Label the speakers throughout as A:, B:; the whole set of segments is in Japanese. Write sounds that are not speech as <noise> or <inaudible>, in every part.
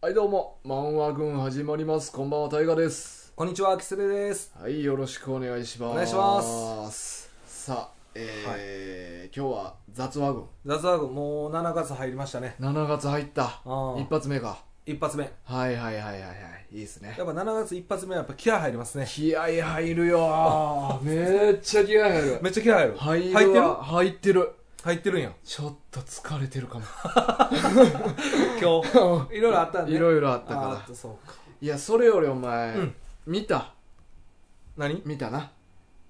A: はいどうも、漫画軍始まります。こんばんは、タイガです。
B: こんにちは、キツネです。
A: はい、よろしくお願いします。
B: お願いします。
A: さあ、えー今日は雑話
B: 雑談軍、もう7月入りましたね。
A: 軍。7月入った。
B: うん
A: 一発目か。
B: 一発目。や
A: はいはいはいはいはい。いいですね
B: っぱ。7月一発目はやっぱ気合入りますね。
A: 気合入る
B: <laughs>
A: よー。めっちゃ気合入る。
B: めっちゃ気合入る。
A: 入
B: 入っ
A: る
B: てる
A: わ入ってる。
B: 入ってるんや。
A: ちょっと疲れてるかも。
B: 今日。 <laughs> いろい <laughs> ろあったんで。
A: い
B: いろ
A: ろいろあった
B: あっ
A: から。
B: たそうか。
A: いや、それよりお前、
B: うん
A: 見た。
B: 何
A: 見たな。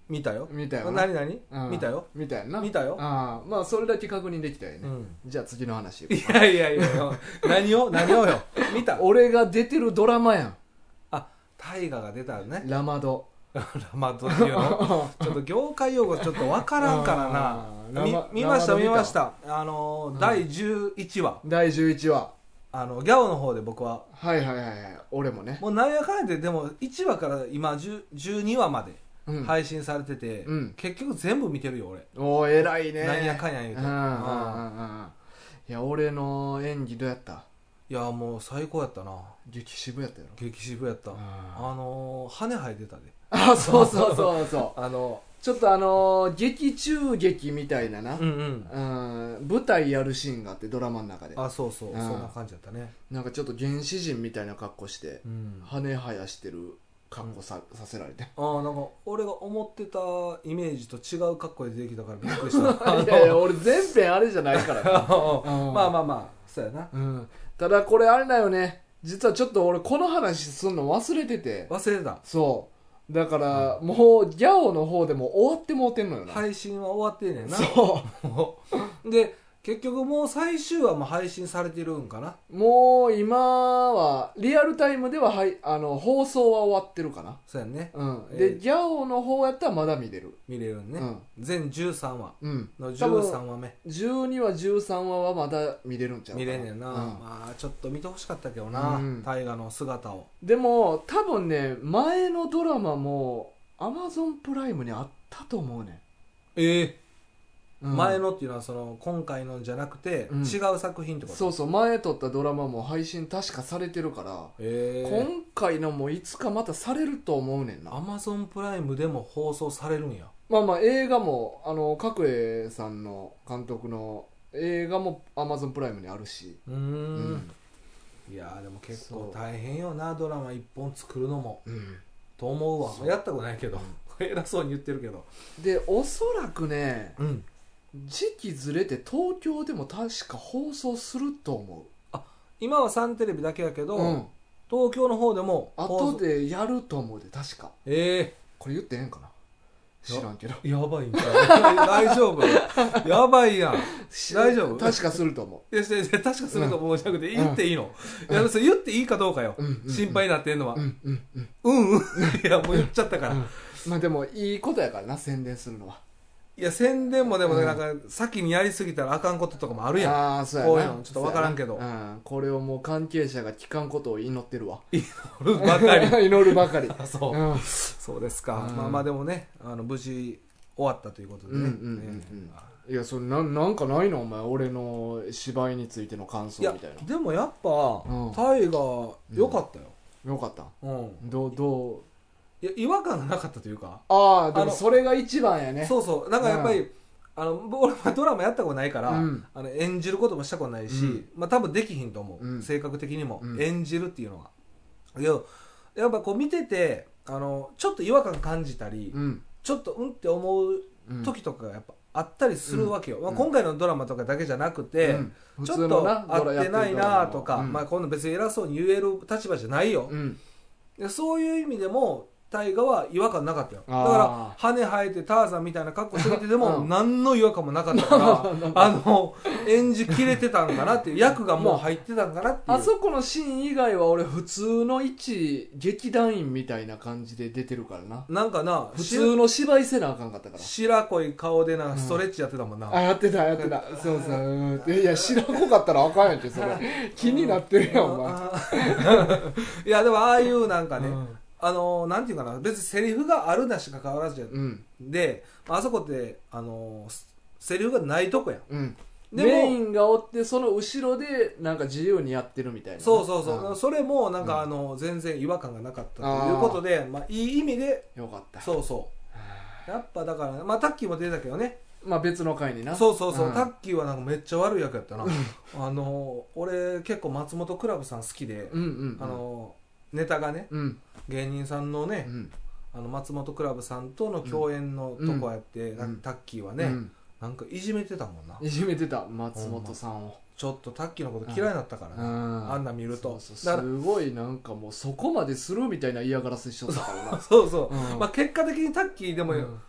B: 見たよ。
A: 見たよな
B: 何何
A: うん
B: 見たよ。
A: 見たよな。
B: 見たよ
A: ああ、まあ、それだけ確認できたよね。
B: うん。
A: じゃあ次の話
B: いやいやいや、何を何をよ。見た
A: 俺が出てるドラマやん
B: あ、大河が出たね。 <laughs>
A: ラマド
B: まあ、どうい
A: <laughs>
B: うのちょっと業界用語ちょっとわからんから
A: あー
B: な。
A: ラ
B: み
A: マ
B: 見ました
A: ラマド見
B: 見
A: た
B: ました。あのー第11話。
A: 第11話
B: あの、ギャオの方で僕は
A: はいはいはいはい俺もね
B: もうなんやかんやででも1話から今10 12話まで
A: うん、い、
B: 配信されてて、
A: うん
B: 結局全部見てるよ俺、
A: おお偉いね
B: なんやかんや言う
A: う
B: て、
A: んうんうんうんうんいや俺の演技どうやった
B: いやもう最高やったな
A: 激渋やったやろ
B: 激渋やった、
A: あ
B: あのー、羽生えてたで
A: あそうそうそうそ
B: あの
A: うちょっとあのー劇中劇みたいなな、
B: うんうん
A: うん舞台やるシーンがあってドラマの中で
B: あそうそう、
A: うん
B: そんな感じやったね
A: なんかちょっと原始人みたいな格好して
B: うんあ
A: 羽生やしてる格好さ,、させられて
B: ーなんか俺が思ってたイメージと違う格好で出てきたからびっくりした <laughs>
A: <laughs>
B: <laughs> あの
A: いやいや俺全編あれじゃないからねうん
B: まあまあまあ <laughs> そうやな
A: うん、ただこれあれだよね実はちょっと俺この話すんの忘れてて
B: 忘れてた
A: そうだからもうギャオの方でも終わってもうてんのよな、
B: 配信は終わってんねんな
A: そ
B: <laughs> で結局もう最終話も配信されてるんかな
A: うもう今はリアルタイムでは、はい、あの放送は終わってるかな
B: そうやんね
A: うん
B: え
A: で、
B: ー
A: ギャオの方やったらまだ見れる
B: 見れるんね、
A: うん
B: 全13話
A: うん
B: の
A: 多分
B: 13話目
A: 12話13話はまだ見れるんちゃうか
B: 見れんねんな、
A: うん
B: まあちょっと見てほしかったけどな
A: うん
B: 大河、の姿を
A: でも多分ね前のドラマもアマゾンプライムにあったと思うね
B: ええ
A: ん、うん
B: 前のっていうのはその今回のじゃなくて、
A: うん
B: 違う作品ってこと
A: そうそう前撮ったドラマも配信確かされてるから、
B: ええ
A: 今回のもいつかまたされると思うねん
B: ア
A: な
B: マゾンプライムでも放送されるんや
A: まあまあ映画もあの角栄さんの監督の映画もアマゾンプライムにあるし、
B: うーん
A: うん
B: いやーでも結
A: そ
B: 構
A: う
B: 大変よなドラマ一本作るのも
A: うん
B: と思うわ
A: そう
B: やったことないけど <laughs> 偉そうに言ってるけど
A: でおそらくね
B: うん
A: 時期ずれて東京でも確か放送すると思
B: 今はサンテレビだけやけ
A: う
B: ど、
A: うん
B: 東京の方でも放
A: 後
B: 送
A: でやると思うで確か
B: ええ
A: これ言ってええんかな知らんけど
B: やばいんちゃう <laughs> 大丈夫 <laughs> やばいやん。い大丈夫
A: 確かすると思
B: や、いやいや確かすると思うじゃなくて、
A: うん
B: 言っていいの。いや、それ言っていいかどうかよ
A: う、。うんうん
B: 心配になってんのは
A: う。んうんうん
B: うんうん。 <laughs> いや、もう言っちゃったから。
A: うんまあでもいいことやからな宣伝するのはい
B: や、宣伝もでも
A: う
B: ね、
A: ん
B: なんか、先にやりすぎたらあかんこととかもあるやん。
A: ああそう
B: こう
A: や
B: い
A: な
B: うのちょっとわからんけど
A: そうやなうんこれをもう関係者が聞かんことを祈ってるわ
B: 俺 <laughs> ばか
A: <laughs>
B: り。
A: 祈るばかり
B: あ <laughs> そうう。
A: ん
B: そうですか。
A: うん
B: まあまあ、でもね、あの、無事終わったということで
A: うんうんう
B: ね。
A: んうん
B: ね
A: いやそれなんなんかないのお前俺の芝居についての感
B: い
A: 想
B: や
A: みたい、
B: でもやっぱ
A: うん、
B: タイが良かったよ。
A: なよかった
B: うん。
A: どうどう
B: いや、違和感がなかったというか。
A: ああで
B: あ
A: も
B: の
A: それが一番やね
B: そうそうなんかやっぱり、あの僕俺はドラマやったことないから、
A: うん
B: あの演じることもしたことないし、
A: うん
B: まあ、多分できひんと思う、
A: うん
B: 性格的にも、
A: うん
B: 演じるっていうのがけどやっぱこう見ててあのちょっと違和感感じたり、
A: うん
B: ちょっとうんって思う
A: うん
B: 時とかがやっぱあったりするわけよ、まあ、
A: うん
B: 今回のドラマとかだけじゃなくて、
A: うん普
B: ち
A: 通
B: ょっ
A: の
B: と
A: なドラ
B: 合
A: や
B: ってないなとか、
A: うん
B: まあ、こんな別に偉そうに言える立場じゃないよ、
A: うん
B: でそういう意味でも大河は違和感なかったよだ
A: あ
B: から羽生えてターザンみたいな格好しててでも、
A: うん
B: 何の違和感もなかった
A: <laughs>
B: からあの演じきれてたんかなっていう役がもう入ってたんかなっていう、
A: あそこのシーン以外は俺普通の一劇団員みたいな感じで出てるからな
B: なんかな
A: 普通の芝居せなあかんかったから
B: 白濃い顔でなストレッチやってたもんな、
A: あやってたやってたそうそううんいや知らんこかったらあかんやんけそれ <laughs> 気になってるやんお前
B: あー <laughs> いやでもああいうなんかね、
A: うん
B: あのなんていうかな別にセリフがあるなしか変わらずじゃん
A: うん
B: であそこってあのセリフがないとこやん
A: うん
B: で
A: メイ
B: も
A: ンがおってその後ろでなんか自由にやってるみたいな
B: そうそうそう、
A: ん
B: それもなんかあの全然違和感がなかったということでまあ、いい意味で
A: よかった
B: そうそうやっぱだから、まあ、タッキーも出てたけどね
A: まあ別の回にな
B: そうそうそう、
A: ん
B: タッキーはなんかめっちゃ悪い役やったなあの俺結構松本クラブさん好きで、
A: うんうんうん
B: あのネタがね
A: うん
B: 芸人さんのね、
A: うん
B: あの松本クラブさんとの共演のとこやって、
A: ん
B: なんかタッキーはね、
A: うん
B: なんかいじめてたもんない
A: じめてた松本さんを
B: ちょっとタッキーのこと嫌いになったから
A: う
B: ね、
A: ん
B: あんな見る
A: そ
B: と
A: うそう
B: だから
A: すごいなんかもうそこまでするみたいな嫌がらせしちゃったからな
B: <laughs> そうそう、
A: うん
B: まあ、結果的にタッキーでも
A: うん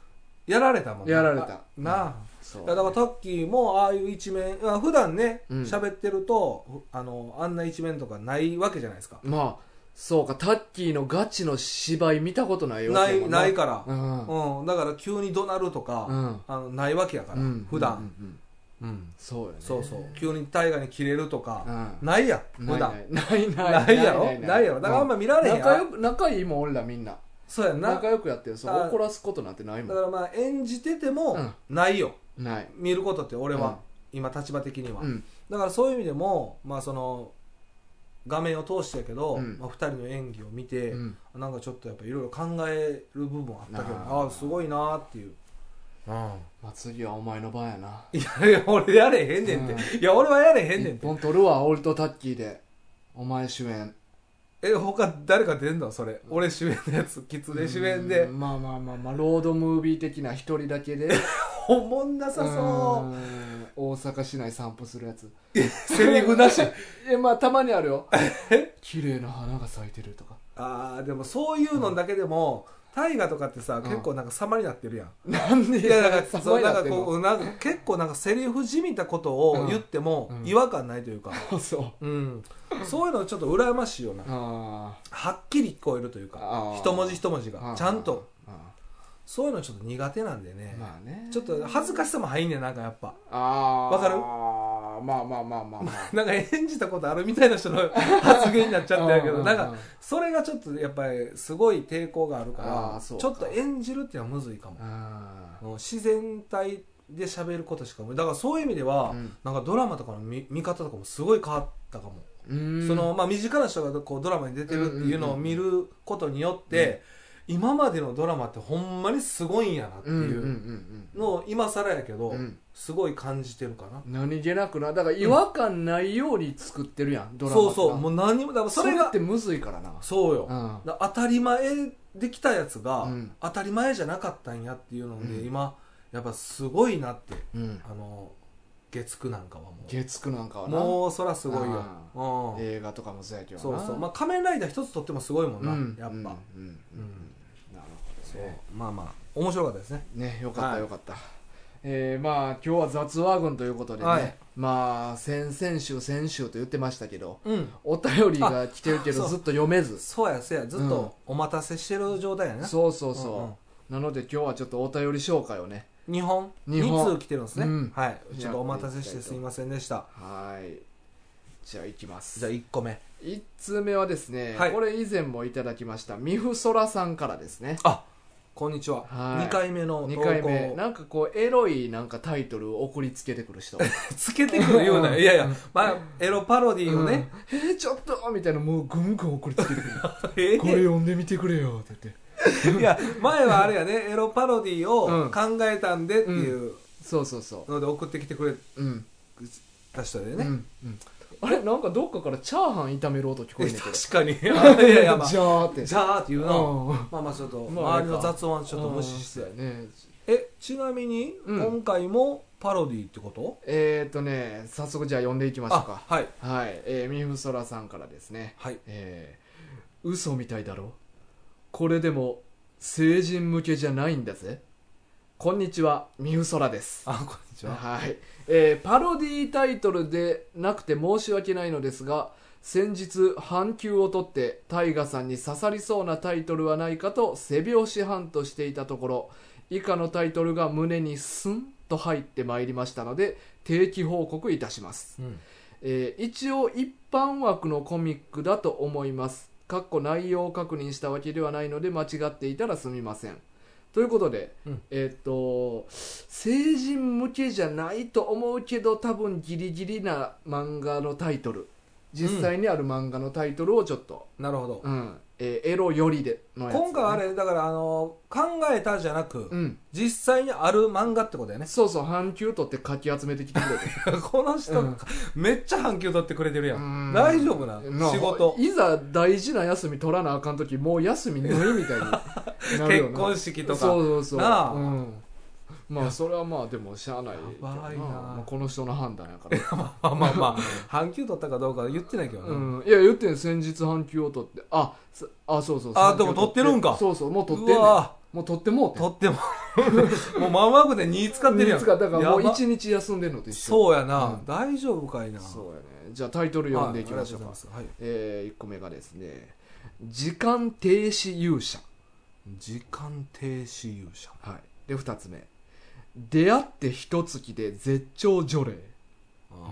B: やられたもんね
A: やられた
B: なあ、
A: そ
B: いうやだからタッキーもああいう一面あ普段ね
A: うん
B: 喋、ってるとあのあんな一面とかないわけじゃないですか
A: まあそうかタッキーのガチの芝居見たことないよ
B: ないないから、
A: う
B: うん
A: んうん
B: だから急に怒鳴るとか、
A: うん
B: あのないわけやから、
A: うん
B: 普段、
A: うんうん
B: うん
A: そうよね
B: そうそう急に大河に切れるとか、
A: うん
B: ないやん
A: な
B: 普
A: い
B: 段
A: ないない
B: ないやろないやろだからあんま見られへんやん
A: 仲良く仲いいもん俺らみんな
B: そうやんなだ
A: 仲
B: か
A: 良くやってるそう
B: あ
A: 怒らすことなんてないもん
B: らまあ演じててもないよ、
A: ない
B: 見ることって俺は、今立場的には、
A: うん
B: だからそういう意味でもまあその画面を通してやけど、
A: うん
B: まあ、2人の演技を見て、
A: うん
B: なんかちょっとやっぱいろいろ考える部分あったけど
A: あ
B: あ
A: ー
B: あーすごいなーっていう、
A: まあ次はお前の番やない
B: やいや俺やれへんねんっ
A: <laughs>
B: て、いや俺はやれへんねんっ
A: 一
B: て
A: 本取るわ俺とタッキーでお前主演
B: え他誰か出んのそれ俺主演のやつキツネ主演で
A: うんまあまあまあまあロードムービー的な一人だけで
B: おもんなさそ
A: うん大阪市内散歩するやつ
B: うセリフな
A: <laughs>
B: し
A: えまあたまにある
B: <laughs>
A: よ綺麗な花が咲いてるとか
B: ああでもそういうのだけでも大河とかってさ
A: ん
B: 結構なんか様になってるやん
A: なんで
B: いやだから
A: <laughs> さ
B: そう
A: ま
B: な
A: にっ
B: んか
A: てんの
B: こうなんか結構なんかセリフじみたことを言っても
A: うん
B: 違和感ないというか、
A: そう
B: うんそういうのちょっと羨ましいよな
A: あ
B: はっきり聞こえるという
A: あ
B: か
A: ー
B: 一文字一文字
A: あ
B: がちゃんと
A: あ
B: そういうのちょっと苦手なんでね
A: あ、まあね
B: ちょっと恥ずかしさも入んねんなんかやっぱ
A: ああ
B: わかる
A: まあまあまあまあまあ
B: なんか演じたことあるみたいな人の <laughs> 発言になっちゃってるけ
A: うんうんう
B: ど
A: ん
B: なんかそれがちょっとやっぱりすごい抵抗があるか
A: あー
B: ら
A: そうか
B: ちょっと演じるっていうのはむずいかも
A: あ
B: もう自然体で喋ることしか思いだからそういう意味では、
A: うん
B: なんかドラマとかの見見方とかもすごい変わったかも、
A: ーうん
B: そのまあ、身近な人がこうドラマに出てるっていうのを見ることによって、今までのドラマってほんまにすごいんやなって
A: うんうんうん
B: いうのを今更やけど、
A: うんうん
B: すごい感じてるかな、
A: 何気なくなだから違和感ないように作ってるやんドラマ
B: そうそうも
A: う
B: う何にもだから
A: そ
B: そ
A: れ
B: れ
A: が
B: が
A: ってむずいからな
B: そうよ、
A: うん
B: だから当たり前できたやつが、
A: うん
B: 当たり前じゃなかったんやっていうので、
A: うん
B: 今やっぱすごいなって
A: うん
B: あの月9なんかはもう
A: 月9なんかはな
B: もうそらすごいよ、うん
A: 映画とかもそうやけどな
B: そうそうまあ仮面ライダー一つとってもすごいもんな、
A: うん
B: やっぱ、
A: うんうんうんなるほ
B: そ
A: ど
B: う
A: ね
B: まあまあ面白かったですね
A: ねよかっ
B: は
A: た
B: い
A: よかったえーまあ今日は雑話群ということで
B: はい
A: ねまあ先々週先週と言ってましたけど
B: うん
A: お便りが来てるけど
B: あそう
A: ずっと読めず
B: そうやそうやずっとお待たせしてる状態やな、
A: そうそうそう、
B: うんうん
A: なので今日はちょっとお便り紹介をね
B: 日本
A: 日本
B: 2通来てるんですね、
A: うん
B: はいちょっとお待たせしてすいませんでした
A: はいじゃあいきます
B: じゃあ1個目
A: 1通目はですね、
B: はい
A: これ以前もいただきましたみふそらさんからですね
B: あこんにちは、
A: はい
B: 二2回目の投
A: 2
B: 稿
A: 回目なんかこうエロいなんかタイトルを送りつけてく
B: <laughs>
A: る人
B: つけてくるようないやいや、まあ、エロパロディーをね、
A: 「えー、ちょっと!」みたいなもうぐんぐん送りつけてくる
B: <laughs> え
A: これ読んでみてくれよって言って
B: いや前はあれやねエロパロディーを考えたんでっていう
A: そうそうそ
B: ので送ってきてくれ
A: ううん、
B: た人で
A: う
B: ね、
A: んうんあれなんかどっかからチャーハン炒める音聞こえんねんけど
B: 確
A: <laughs>
B: かにい <laughs> やいやまあ
A: じ
B: じゃ
A: ゃーって
B: あっていうな、
A: うん
B: まあまあちょっと
A: まああ
B: 周
A: れ
B: り
A: か
B: の雑音はちょっと無視し
A: うん
B: て
A: そうやね
B: えちなみに
A: うん
B: 今回もパロディーってこと、
A: えー、とね早速じゃあ読んでいきましょう
B: あ
A: か
B: はい
A: はいえー、みふそらさんからですね
B: はい
A: えー、嘘みたいだろこれでも成人向けじゃないんだぜこんにちはみふそらです
B: あこんにちは
A: はい、えーパロディタイトルでなくて申し訳ないのですが先日半球を取って大ガさんに刺さりそうなタイトルはないかと背拍子ハントしていたところ以下のタイトルが胸にスンと入ってまいりましたので定期報告いたします
B: うん
A: えー一応一般枠のコミックだと思いますかっこ内容を確認したわけではないので間違っていたらすみませんということで、
B: うん
A: えっと成人向けじゃないと思うけど多分ギリギリな漫画のタイトル実際にある漫画のタイトルをちょっと、
B: なるほど、
A: うんえーエロよりでのやつ、
B: 今回あ
A: れ
B: れだからあの考えたじゃなく、
A: うん
B: 実際にある漫画ってことだよね <laughs>
A: そうそう半球取ってかき集めてきてくれて
B: この人、
A: うん
B: めっちゃ半球取ってくれてるや
A: うん
B: ん大丈夫な
A: な
B: 仕事
A: いざ大事な休み取らなあかん時もう休みないみたいになるよ
B: <laughs> 結
A: な
B: 婚式とか
A: そうそうそう
B: なあ
A: うん、まあそれはまあでもしゃあないけど
B: やばいな
A: まあこの人の判断やから、
B: まあまあまあ半球取ったかどうかは言ってないけどね、
A: うん、いや言ってん先日半球を取ってあすあそうそう
B: あ
A: 半球を
B: でも取ってるんか
A: そうそうもう取ってんね
B: うんわ
A: もう取ってもうてん
B: とってももうまんまくで2使ってるやん
A: いつかだからもう
B: やば
A: 一日休んでんのと一緒
B: そうやな、
A: うん
B: 大丈夫かいな
A: そうやねじゃあタイトル読んでいきましょうか、
B: はいありがとございます
A: えー、1個目がですね「時間停止勇者」
B: はい時間停止勇者
A: はい、で2つ目「出会って一月で絶頂除霊
B: あ」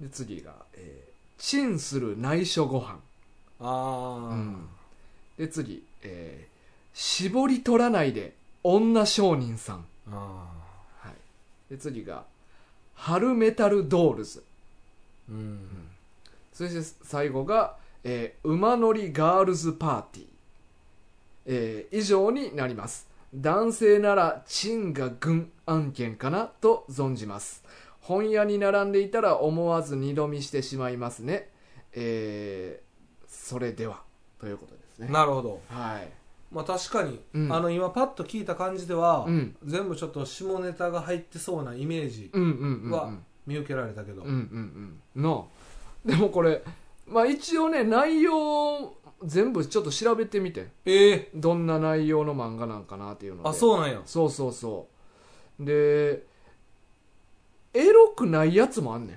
A: で次が、えーチンする内緒ご飯
B: ーあー、
A: うんで次、えー絞り取らないで女商人さん」
B: あ
A: はい、で次が「春メタルドールズ
B: ーうん」
A: そして最後が、えー馬乗りガールズパーティー」えー以上になります男性ならチンが軍案件かなと存じます本屋に並んでいたら思わず二度見してしまいますねえーそれではということですね
B: なるほど
A: はい
B: まあ確かに、
A: うん
B: あの今パッと聞いた感じでは、
A: うん
B: 全部ちょっと下ネタが入ってそうなイメージ
A: うんうんうんうん
B: は見受けられたけど、
A: うんうんうんのでもこれまあ一応ね内容全部ちょっと調べてみて
B: ええ
A: どんな内容の漫画なんかなっていうので
B: あそうなんや
A: そうそうそうでエロくないやつもあんねん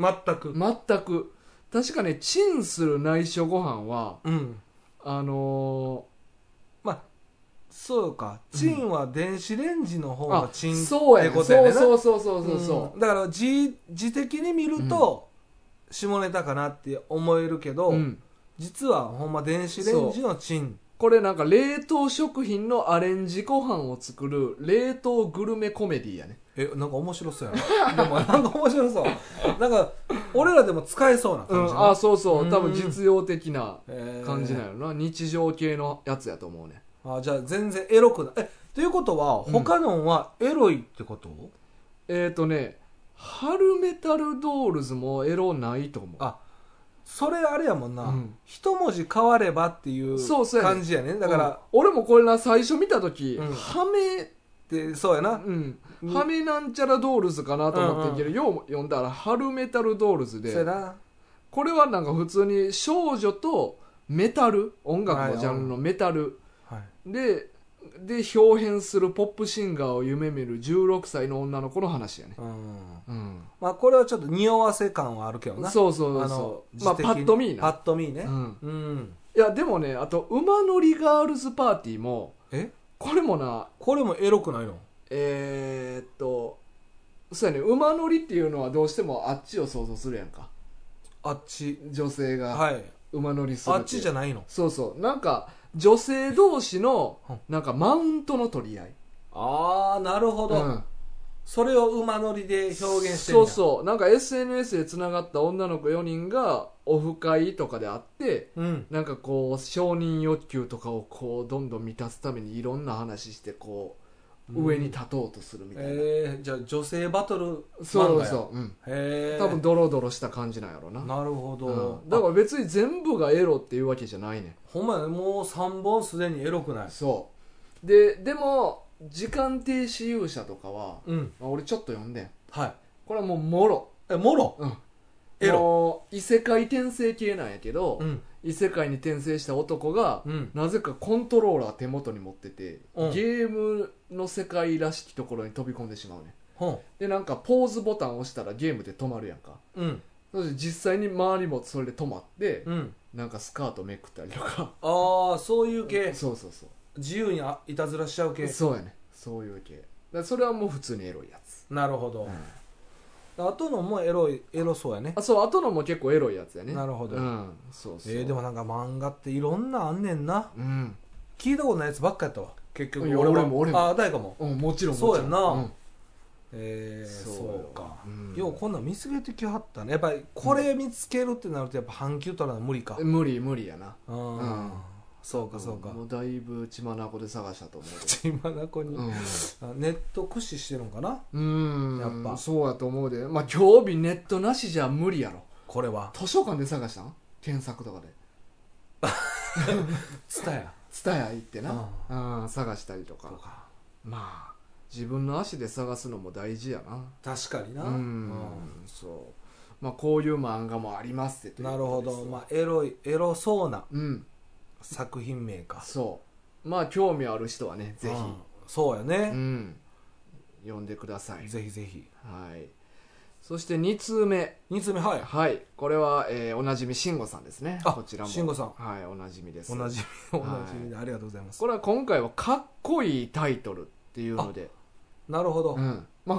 B: 全く、
A: 全く確かねチンする内緒ご飯は
B: うん
A: あの
B: まあそうかチンは電子レンジの方
A: ー
B: が
A: あ
B: チンって
A: そうやね
B: ことや
A: そ
B: ね
A: うん
B: な
A: そうそうそうそうそ
B: んだから字字的に見ると、下ネタかなって思えるけど、
A: う、うん、
B: 実はほんま電子レンジのチン
A: これなんか冷凍食品のアレンジご飯を作る冷凍グルメコメディやね
B: えなんか面白そうやなでも <laughs> なんか面白そうなんか俺らでも使えそうな
A: う
B: 感じ
A: ん、
B: な、
A: あそうそう
B: うん
A: 多分実用的な
B: えー
A: 感じなんやろな、日常系のやつやと思うね
B: あじゃあ全然エロくないえということは
A: うん
B: 他のはエロいってこと、
A: えっ、ー、とね春メタルドールズもエロないと思う
B: あそれあれやもんな、
A: うん
B: 一文字変わればっていう
A: そうそうやね
B: 感じやねだから、
A: うん俺もこれな最初見た時、
B: うん
A: ハメ
B: でそうやな、
A: うん
B: うん
A: ハメなんちゃらドールズかなと思ってんけど、よう読んだら春メタルドールズ
B: そうや
A: で
B: な
A: これはなんか普通に少女とメタル音楽のジャンルのメタル、
B: はい
A: でで表現するポップシンガーを夢見る16歳の女の子の話やね
B: うん
A: うん
B: まあ、これはちょっと匂わせ感はあるけどな
A: そうそうそう
B: あの
A: そう
B: 字
A: まあ
B: 的
A: パ
B: に
A: ッと見
B: パ
A: な、
B: ッと見ね
A: うん、
B: うん、
A: いやでもねあと馬乗りガールズパーティーも
B: え
A: これもな
B: これもエロくないの
A: えー、っとそうやね馬乗りっていうのはどうしてもあっちを想像するやんか
B: あっち
A: 女性が
B: はい
A: 馬乗りする
B: あ
A: ていう
B: っちじゃないの
A: そうそうなんか女性同士の
B: うん
A: なんかマウントの取り合い、
B: ああなるほ
A: う
B: ど、
A: ん、
B: それを馬乗りで表現してるん
A: そ
B: や
A: うそうなんか SNS でつながった女の子4人がオフ会とかで会って
B: うん
A: なんかこう承認欲求とかをこうどんどん満たすためにいろんな話してこう上に立とうとするみたいな、
B: えー、じゃあ女性バトル
A: そ
B: 漫
A: う
B: 画や
A: そう、うん、
B: へえ
A: 多分ドロドロした感じなんやろな
B: なるほど、
A: うんだから別に全部がエロっていうわけじゃないね
B: あほんまやねもう3本すでにエロくない
A: そうででも時間停止勇者とかは、
B: うん
A: まあ俺ちょっと読んでん
B: はい
A: これはもうもろ、
B: えもろ
A: うん、
B: エロ
A: もう異世界転生系なんやけど、
B: うん
A: 異世界に転生した男が、
B: うん
A: なぜかコントローラー手元に持ってて、
B: うん
A: ゲームの世界らしきところに飛び込んでしまうね
B: うん
A: でなんかポーズボタンを押したらゲームで止まるやんか
B: うん
A: そして実際に周りもそれで止まって、
B: うん
A: なんかスカートめくったりとか
B: ああそういう系
A: そうそうそう
B: 自由にあいたずらしちゃう系
A: そうやねそういう系だからそれはもう普通にエロいやつ
B: なるほど、あとのもエロいエロそうやね
A: あそう後のも結構エロいやつやね
B: なるほど
A: うんそうそう
B: えー、でもなんか漫画っていろんなあんねんな
A: うん
B: 聞いたことないやつばっかやったわ結局
A: いや
B: は
A: 俺も俺も
B: あ大河も
A: うんもちろんもちろん
B: そうやんな
A: うん
B: えー、
A: そう
B: そうか、
A: うん
B: ようこんなん見つけてきはったねやっぱりこれ見つけるってなるとやっぱ半球取らな無理か
A: 無理無理やな
B: うん、
A: うん
B: そうかそうか、
A: もうだいぶ血眼で探したと思うけ
B: ちまなこに、 <laughs>
A: ど
B: あネット駆使してるのかな
A: うん
B: や
A: や
B: っ
A: っ
B: ぱ
A: ぱそうやと思うでまあ興味ネットなしじゃ無理やろ
B: これは
A: 図書館で探したん検索とかで
B: ツタヤ
A: 蔦屋行ってなうん探したりとか
B: とか
A: まあ自分の足で探すのも大事やな
B: 確かにな、
A: うんそうまあこういう漫画もありますって
B: うん
A: とい
B: な
A: う
B: る
A: こ
B: ほ
A: とです
B: ど、まあ、エロいエロそうな
A: うん
B: 作品名か
A: そうまあ興味ある人はねぜ
B: うん
A: ひ
B: そうや
A: う
B: ね、
A: ん読んでください
B: ぜひぜひ
A: はいそして2通目
B: 2つ目はい
A: はいこれは、えーおなじみ慎吾さんですね
B: あ
A: こちらも
B: 慎吾さん
A: はいおなじみです
B: おなじみお
A: はい
B: なじみでありがとうございます
A: これは今回はかっこいいタイトルっていうので、
B: なるほど、
A: うんまあ、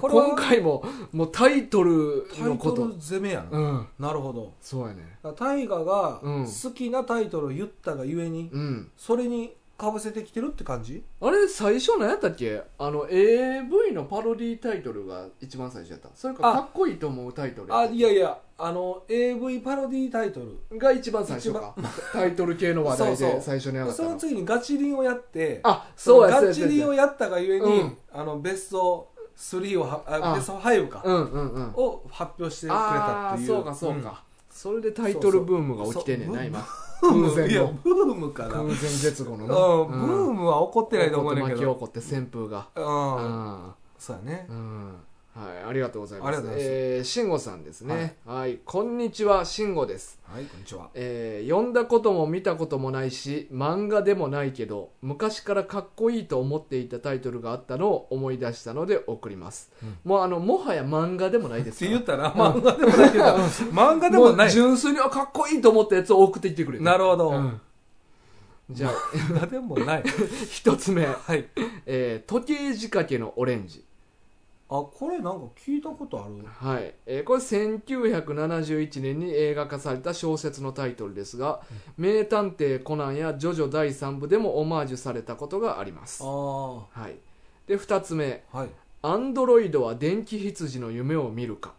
B: これは
A: 今回ももうタイトル
B: タ
A: の
B: イ
A: こ
B: トル
A: と
B: 攻めやな、
A: うん
B: なるほど
A: そうやね
B: だから大河が
A: うん
B: 好きなタイトルを言ったがゆえに、
A: うん
B: それにかぶせてきてるって感じ
A: あれ最初何やったっけあの AV のパロディタイトルが一番最初やったそれか
B: あ
A: かっこいいと思うタイトル
B: あいやいやあの AV パロディタイトル
A: が一番最初かタイトル系の話題
B: そうそう
A: で最初に上がった
B: その
A: の
B: 次にガチリンをやって
A: あそうやそ
B: そ
A: う
B: の
A: や
B: ガ
A: そ
B: チ
A: う
B: リンを
A: や
B: やったがゆえに、
A: うん
B: あのベスト3をはあ
A: あ
B: ベスト5か、
A: うんうんうん
B: を発表してくれた
A: あ
B: っ
A: あ
B: て
A: ー
B: いう
A: そうかそうか、それでタイトルブームが起きてんねんな
B: そう
A: 今
B: うん
A: 空
B: い
A: 前
B: や
A: の
B: ブームかな、
A: 空
B: うん
A: 前絶後の
B: ブ
A: な、
B: ー
A: ム
B: ムは起こってないと思うねんけ
A: 巻き
B: ど
A: 起こって旋風が
B: うん、
A: うん
B: そうやね
A: うんはい、ありがとうございます。
B: ありがとうございます
A: えー慎吾さんですね。はい、こんにちは、慎吾です。
B: はいこんにちは
A: えー読んだことも見たこともないし、漫画でもないけど、昔からかっこいいと思っていたタイトルがあったのを思い出したので送ります。
B: うん
A: もうあの、もはや漫画でもないで
B: っ
A: す
B: て
A: か
B: 言
A: ら。
B: ったら漫画でもないけど漫画でもな
A: う
B: い
A: 純粋にあかっこいいと思ったやつを送っていってくれ
B: なるほ
A: ほ
B: ど、
A: じゃあ、
B: 漫画でもない
A: 一つ目、
B: はい
A: えー時計仕掛けのオレンジ。
B: あこれなんか聞いたことある
A: はいえーこれ1971年に映画化された小説のタイトルですが「名探偵コナン」や「ジョジョ第3部」でもオマージュされたことがあります、
B: あ
A: はい、で2つ目
B: あはい
A: 「アンドロイドは電気羊の夢を見るか」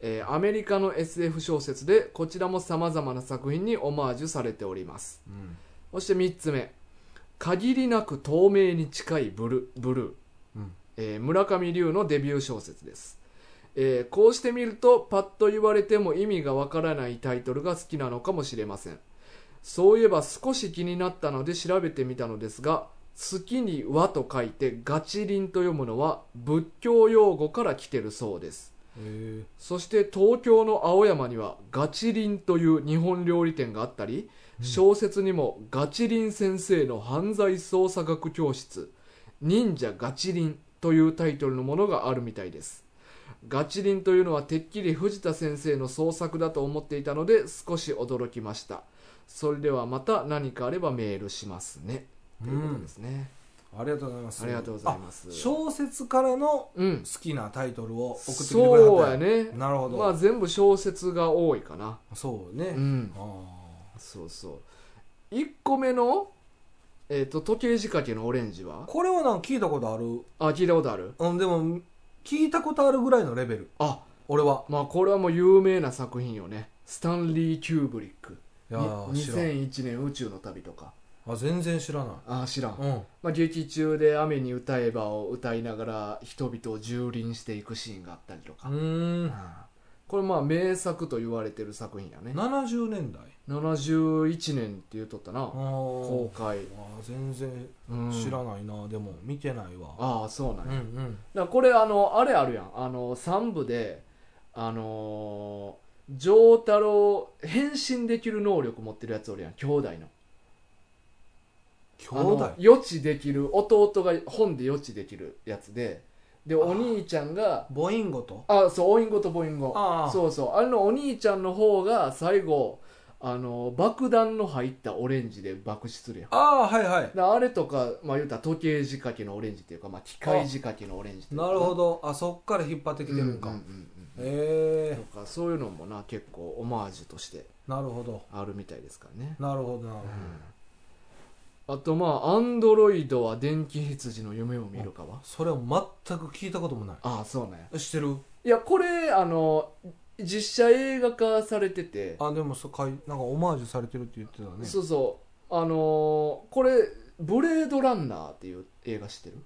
A: えーアメリカの SF 小説でこちらもさまざまな作品にオマージュされております
B: うん
A: そして3つ目「限りなく透明に近いブルブルー」
B: うん
A: えー村上龍のデビュー小説です、えーこうしてみるとパッと言われても意味がわからないタイトルが好きなのかもしれませんそういえば少し気になったので調べてみたのですが好きに和と書いてガチリンと読むのは仏教用語から来てるそうです
B: へ
A: そして東京の青山にはガチリンという日本料理店があったり、小説にもガチリン先生の犯罪捜査学教室忍者ガチリンというタイトルのものがあるみたいですガチリンというのはてっきり藤田先生の創作だと思っていたので少し驚きましたそれではまた何かあればメールしますねということですね、
B: ありがとうございます
A: ありがとうございます
B: あ小説からの
A: う
B: 好
A: ん
B: きなタイトルを送ってきてくれは
A: そう
B: った
A: や
B: ん
A: ね
B: なるほど、
A: まあ全部小説が多いかな
B: そうね、
A: うん
B: あ
A: そうそう1個目の、えー、と時計仕掛けのオレンジ
B: ー
A: は
B: これはなんか聞いたことある、
A: あ聞いたことある
B: うん、でも聞いたことあるぐらいのレベル
A: あ
B: 俺は
A: まあこれはもう有名な作品よねスタンリー・キューブリック
B: いやー
A: に
B: 知らん
A: 2001年宇宙の旅とか
B: あ全然知らない
A: あ知らん、
B: うん
A: まあ、劇中で「雨に歌えば」を歌いながら人々を蹂躙していくシーンがあったりと
B: う
A: か、
B: ーん
A: これまあ名作と言われてる作品やね
B: 70年代
A: 71年って言うとったな、
B: あ
A: 公
B: ー
A: 開、
B: あー全然
A: うん
B: 知らないな、でも見てないわ
A: ああそうなんや、
B: うんうん
A: だからこれあのあれあるやんあの3部であのー、丈太郎変身できる能力持ってるやつおるやん兄弟の
B: 兄
A: あの
B: 弟
A: 予知できる弟が本で予知できるやつででお兄ちゃんが
B: ボインゴと
A: あそうオインゴとボインゴ
B: ああ
A: そうそうあれのお兄ちゃんの方が最後あの爆弾の入ったオレンジで爆死するやん
B: ああーはいはい
A: だからあれとか、まあ、言うたら時計仕掛けのオレンジっていうか、まあ、機械仕掛けのオレンジっていうか
B: なるほどあそっから引っ張ってきてるんか、
A: うんうんうんうん
B: へえ
A: とかそういうのもな結構オマージュとして
B: なるほど
A: あるみたいですからね、
B: なるほどなるほ
A: う
B: ど、
A: んあとまあアンドロイドは電気羊の夢を見るかは
B: それは全く聞いたこともな
A: ああそうね
B: いしてる
A: いやこれあの実写映画化されてて
B: あでもそうかいなんかオマージュされてるって言ってたね
A: そうそうあのーこれ「ブレードランナー」っていう映画知ってる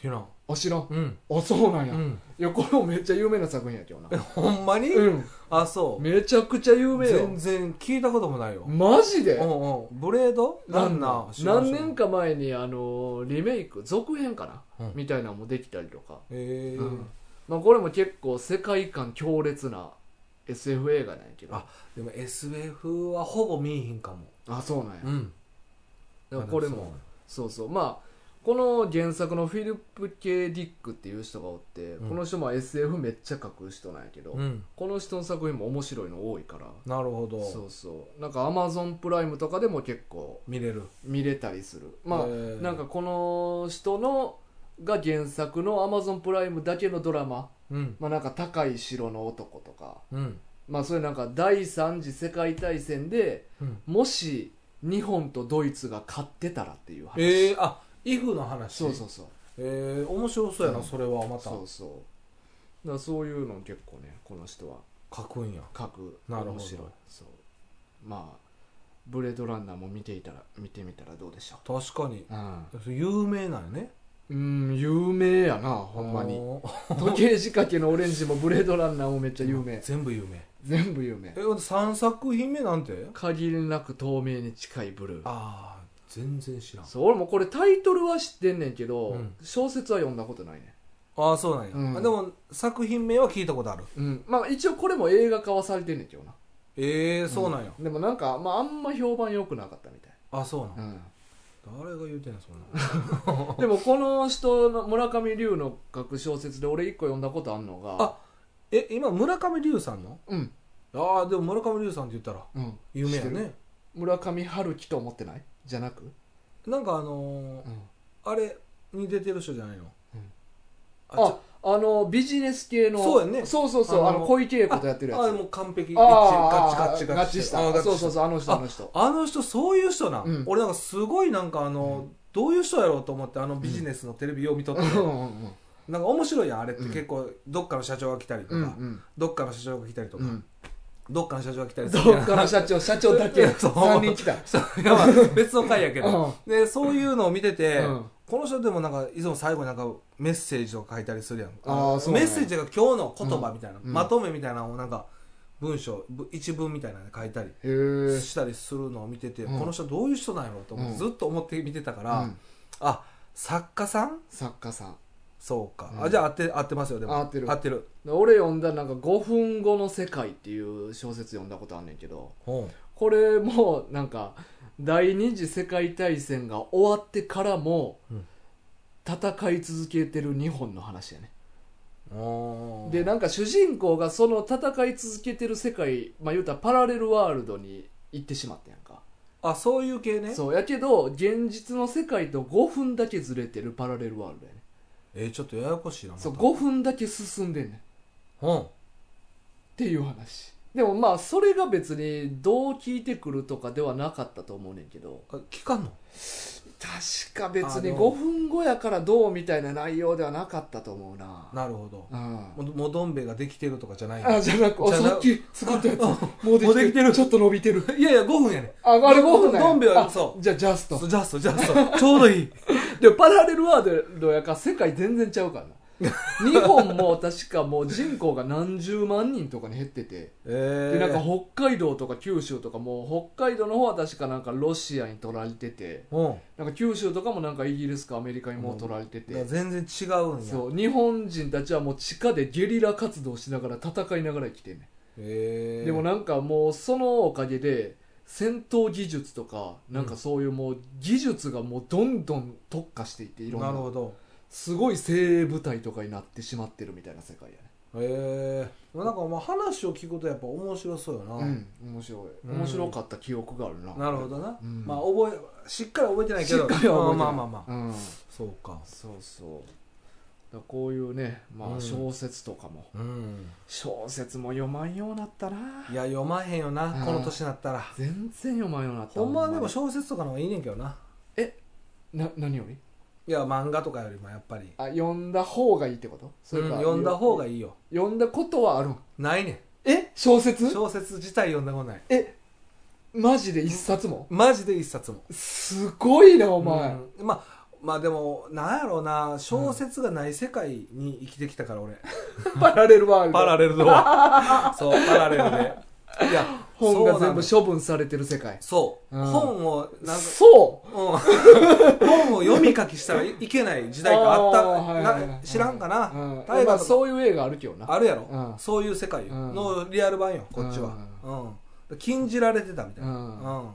B: 知らん
A: あ知らん
B: うん、
A: あそうなん
B: う
A: や、い
B: ん、
A: やこれもめっちゃ有名な作品やけどな
B: え <laughs> ほんまに、
A: <laughs> うん
B: あそう
A: めちゃくちゃ有名よ
B: 全然聞いたこともないよ、
A: マジで
B: うんうん、ブレードランナー知らん
A: 何年か前にあのーリメイク続編かな、
B: うん
A: みたいなのもできたりとか、
B: ええ
A: うんまあ、これも結構世界観強烈な SF 映画なんやけど
B: あでも SF はほぼ見えへんかも
A: あそうなんや、
B: ん
A: だからこれもそうそうまあこの原作のフィリップ・ケディックっていう人がおって、
B: うん
A: この人も SF めっちゃ書く人なんやけど、
B: うん
A: この人の作品も面白いの多いから
B: なるほど
A: そうそうなんかアマゾンプライムとかでも結構
B: 見れる
A: 見れたりするまあ、
B: へー
A: なんかこの人のが原作の Amazon プライムだけのドラマ
B: うん
A: まあなんか高い城の男とか
B: うん
A: まあそういうなんか第三次世界大戦で
B: うん
A: もし日本とドイツが勝ってたらっていう話、
B: ええあイフの話
A: そうそううそう
B: ええ面白そうやな、
A: うん
B: それはまた
A: そうそうだからそういうの結構ねこの人は
B: 書くんや
A: 書く
B: なるほど
A: 面白いそうまあブレードランナーも見ていたら見てみたらどうでしょ
B: 確かに
A: ううん、
B: 有名なんやね
A: うん、有名やなほんまに
B: あのー
A: 時計仕掛けのオレンジもブレードランナーもめっちゃ有名
B: <laughs> 全部有名
A: 全部有名
B: え3作品目なんて
A: 限りなく透明に近いブルー
B: ああ全然知らん
A: そう俺もこれタイトルは知ってんねんけど、
B: うん
A: 小説は読んだことないね
B: ああそうなんや、
A: うん
B: あでも作品名は聞いたことある
A: うんまあ一応これも映画化はされてんねんけどな
B: ええそうなんや、
A: でもなんか、まあ、あんま評判良くなかったみたい、
B: あそうなん、 <laughs>
A: うん、
B: 誰が言うてんのそんな
A: でもこの人の村上龍の書く小説で俺一個読んだことあんのが
B: あえ今村上龍さんの
A: うん
B: ああでも村上龍さんって言ったら
A: うん
B: 有名や
A: 知って
B: ね
A: 村上春樹と思ってないじゃなく、
B: なんかあのー
A: うん
B: あれに出てる人じゃないの、
A: うん
B: あち
A: ああのビジネス系の
B: そうやね
A: そうそうそうあ
B: あ
A: の
B: の
A: 小池栄子とやってるや
B: ょあ
A: つ
B: あもう完璧一致ガ
A: あ
B: チ
A: ー
B: ガチ
A: あー
B: ガチ
A: した
B: あーガチ
A: そうそう
B: し
A: そうあの人あの人
B: たあの人そういう人な、
A: うん
B: 俺なんかすごいなんかあの、どういう人やろうと思ってあのビジネスのテレビを見とって、
A: うん
B: なんか面白いやんあれって
A: うん
B: 結構どっかの社長が来たりとか、
A: うんうん
B: どっかの社長が来たりとか、
A: うん
B: どっかの社長が来たりと
A: どっかの社長社長だけ
B: <laughs> そう
A: 3人来た
B: 長いやまあ別の回やけど、
A: うん
B: でそういうのを見てて、
A: うん
B: この人でもなんかいつも最後になんかメッセージを書いたりするやん
A: あーそうね
B: メッセージが今日の言葉みたいな、
A: うん
B: まとめみたいなのをなんか文章ぶ一文みたいなの書いたり
A: へえ
B: したりするのを見てて、
A: うん
B: この人どういう人なんやろうと思って、
A: うん
B: ずっと思って見てたから、あ作家さん
A: 作家さん
B: そうか、
A: うん
B: あじゃあ合って合ってますよでも
A: 合ってる
B: 合ってる
A: 俺読んだなんか5分後の世界っていう小説読んだことあんねんけど
B: うん
A: これもなんか第二次世界大戦が終わってからも
B: うん
A: 戦い続けてる日本の話やね
B: おー
A: でなんか主人公がその戦い続けてる世界まあ言うたらパラレルワールドに行ってしまったやんか
B: あそういう系ね
A: そうやけど現実の世界と5分だけずれてるパラレルワールドやね
B: えー、ちょっとややこしいなまた
A: そう5分だけ進んでんねんっ
B: うん
A: ていう話でもまあそれが別にどう聞いてくるとかではなかったと思うねんけど
B: あ聞かんの
A: 確か別に
B: あの
A: 5分後やからどうみたいな内容ではなかったと思うな
B: なるほど
A: うん
B: ももうどん兵衛ができてるとかじゃない
A: あじゃなく
B: じ
A: あ
B: ゃな
A: さっき作ったやつ
B: あ
A: もうでき
B: もう
A: て
B: で
A: る
B: きてる
A: ちょっと伸びてる
B: <laughs> いやいや5分やね
A: ああれ5分だよ
B: どん兵衛は
A: あ
B: そ
A: じゃあジャスト
B: そうジャストジャストちょうど <laughs> いい
A: でパラレルワールドやから世界全然ちゃう
B: <laughs>
A: からな日本も確かもう人口が何十万人とかに減ってて、
B: え
A: でなんか
B: ー、
A: 北海道とか九州とかもう北海道の方は確かなんかロシアに取られてて
B: うん
A: なんか九州とかもなんかイギリスかアメリカにもう取られてて、
B: だから全然違うんや
A: そう日本人たちはもう地下でゲリラ活動しながら戦いながら生きてんね
B: えー、
A: でもなんかもうそのおかげで戦闘技術とかなんかそういうもう技術がもうどんどん特化していっていろん
B: な
A: な
B: るほど
A: すごい精鋭部隊とかになってしまってるみたいな世界やね
B: えー、なんかまあ話を聞くとやっぱ面白そうよな、
A: うん面白い
B: うん
A: 面白かった記憶があるな
B: なるほどな、
A: うん
B: まあ覚えしっかり覚えてないけ
A: しっ
B: ど
A: かりは覚えてない
B: まあまあまあ、まあ
A: うん
B: そうか
A: そうそうだからこういうね、ま
B: う
A: あ、
B: ん
A: 小説とかも、
B: うん
A: 小説も読まんようになったない
B: や読まへんよな、
A: うん
B: この年になったら
A: 全然読まんようになった
B: ほんまはでも
A: に
B: 小説とかの方がいいねんけどな
A: な何より
B: いや漫画とかよりもやっぱり、
A: あ読んだ方がいいってことそ
B: うん読んだ方が
A: いい
B: いいよ
A: 読んだことはあるん
B: ないね
A: え小
B: ん
A: 説
B: 小説自体読んだことない
A: えマジで一冊も
B: マジで一冊も
A: すごいなお前、
B: うんまあまあでもなんやろうな小説がない世界に生きてきたから俺、
A: <laughs> <laughs> パラレルワールド
B: パラレルドア <laughs> そうパラレルでいや
A: 本が
B: そうな
A: 全
B: の
A: 部処分されてる世界
B: そう、
A: うん
B: 本をなんか
A: そ
B: うん本を読み書きし
A: <laughs>
B: たらいいけない時代があった
A: あーはいはいはい
B: な知らんかな、
A: う、うんま
B: 大
A: あ、
B: 河とか
A: そういう映画あるけどな
B: あるやろ、
A: うん
B: そういう世界よ
A: うん
B: のリアル版よこっちは、うん禁じられてたみたいな、
A: う
B: うんんま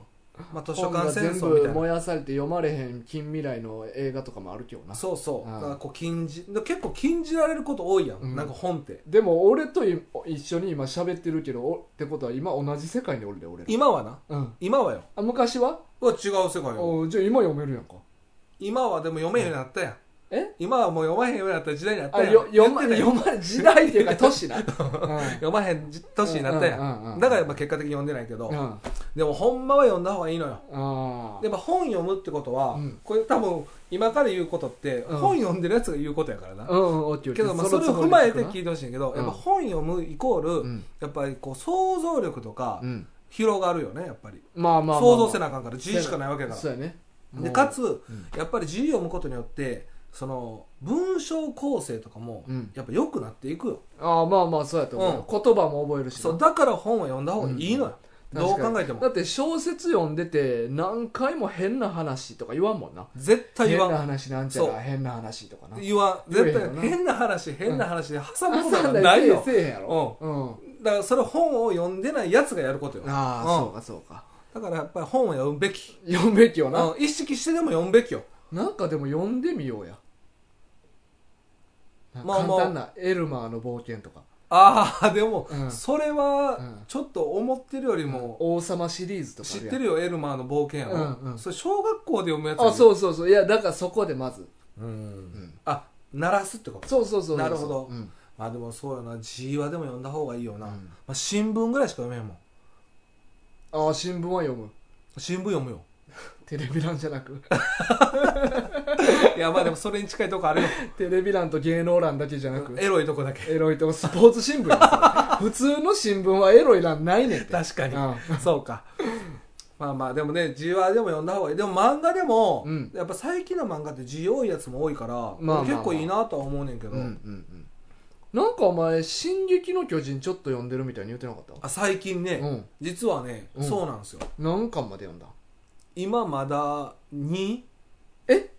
B: あ、図書
A: 本が
B: 館戦
A: 全
B: 争み
A: 部
B: たい
A: 燃やされて読まれへん近未来の映画とかもあるけどな
B: なそうそ
A: う
B: う、
A: ん
B: だからこう禁じで結構禁じられること多いやん、
A: うん
B: なんか本って
A: でも俺とい一緒に今喋ってるけどおってことは今同じ世界におるで俺ら、
B: 今はな
A: うん、
B: 今はよ
A: あ昔は
B: うわ違う世界よ
A: おじゃあ今読めるやんか
B: 今はでも読めへんようになったやん、
A: え
B: 今はもう読まへんようになった時代になった
A: あ
B: やん
A: よ読ま
B: 言ってたやん
A: 読ま時代っていうか年な、うん、
B: 読まへんじ <laughs> 年になったやん、
A: うんうんうんうん
B: だからまあ結果的に読んでないけど、
A: うんあ
B: でもほんまは読んだ方がいいのよ
A: あ
B: やっぱ本読むってことは、
A: うん
B: これ多分今から言うことって、
A: うん
B: 本読んでるやつが言うことやからな、
A: うんうんオッケーオッケ
B: け
A: ー
B: どまあ
A: の
B: それを
A: つも
B: 踏
A: り
B: まえ
A: で
B: て
A: 聞
B: 聞いてほしいんやけど、
A: うん
B: やっぱ本読むイコール、
A: くなうん
B: やっぱりこう想像力とか
A: うん
B: 広がるよねやっぱり、
A: まあまあまあ
B: 想像せなあかんから字しかないわけやか
A: そうやね
B: らでかつ、
A: ん
B: やっぱり字読むことによってその文章構成とかも、
A: うん
B: やっぱ良くなっていくよ、
A: ああまあまあそうやと思う、言葉も覚えるしな
B: そうだから本は読んだ方がいいの
A: う
B: よ、
A: ん
B: どう
A: 確かに
B: 考えても
A: だって小説読んでて何回も変な話とか言わんもんな
B: 絶対
A: 変
B: 言わん
A: な話なんちゃ
B: そう
A: ら変な話とかな
B: 言わん絶
A: 言えへんよな
B: 対変な話変な話で挟むこと
A: 朝
B: が
A: だ
B: ないよ
A: せえへんやろうん
B: だからそれ本を読んでないやつがやることよだ
A: ああ
B: うん
A: そうかそうか
B: からやっぱり本を読むべき
A: 読むべきよな
B: うん意識してでも読むべきよ
A: なんかでも読んでみようやなんか
B: まあま
A: 簡
B: あ
A: 単な「エルマーの冒険」とか
B: ああでも
A: うん
B: それ
A: う
B: は
A: ん
B: ちょっと思ってるより
A: 「
B: も
A: 王様」シリーズとかあ
B: 知っ
A: やん
B: てるよエルマーの冒険や
A: うんう
B: ろ
A: ん
B: それ小学校で読むやつ
A: あ
B: う
A: そうそうそういやだからそこでまず
B: うんあ鳴らすってこと
A: そうそうそうそう
B: なるほど
A: うん
B: まあでもそうよな字はでも読んだ方がいいよな
A: うん
B: まあ新聞ぐらいしか読めへんもん
A: ああ新聞は読む
B: 新聞読
A: <laughs>
B: むよ
A: テレビ欄じゃなく <laughs>
B: いやまあでもそれに近いとこあるよ
A: テレビ欄と芸能欄だけじゃなく
B: <laughs> エロいとこだけ
A: エロいとスポーツ新聞や
B: <laughs>
A: それ普通の新聞はエロい欄ないねんて
B: 確かに
A: うん
B: そうか。まあまあ、でもね、字はでも読んだ方がいい。でも漫画でも、
A: うん
B: やっぱ最近の漫画って字多いやつも多いから、
A: まあまあ
B: 結構いいなとは思うねんけど、
A: うんうんうんなんかお前「進撃の巨人」ちょっと読んでるみたいに言ってなかった
B: あ最近ね、
A: うん
B: 実はね、
A: うん
B: そうなんですよ。
A: 何巻まで読んだ
B: 今まだ 2?
A: え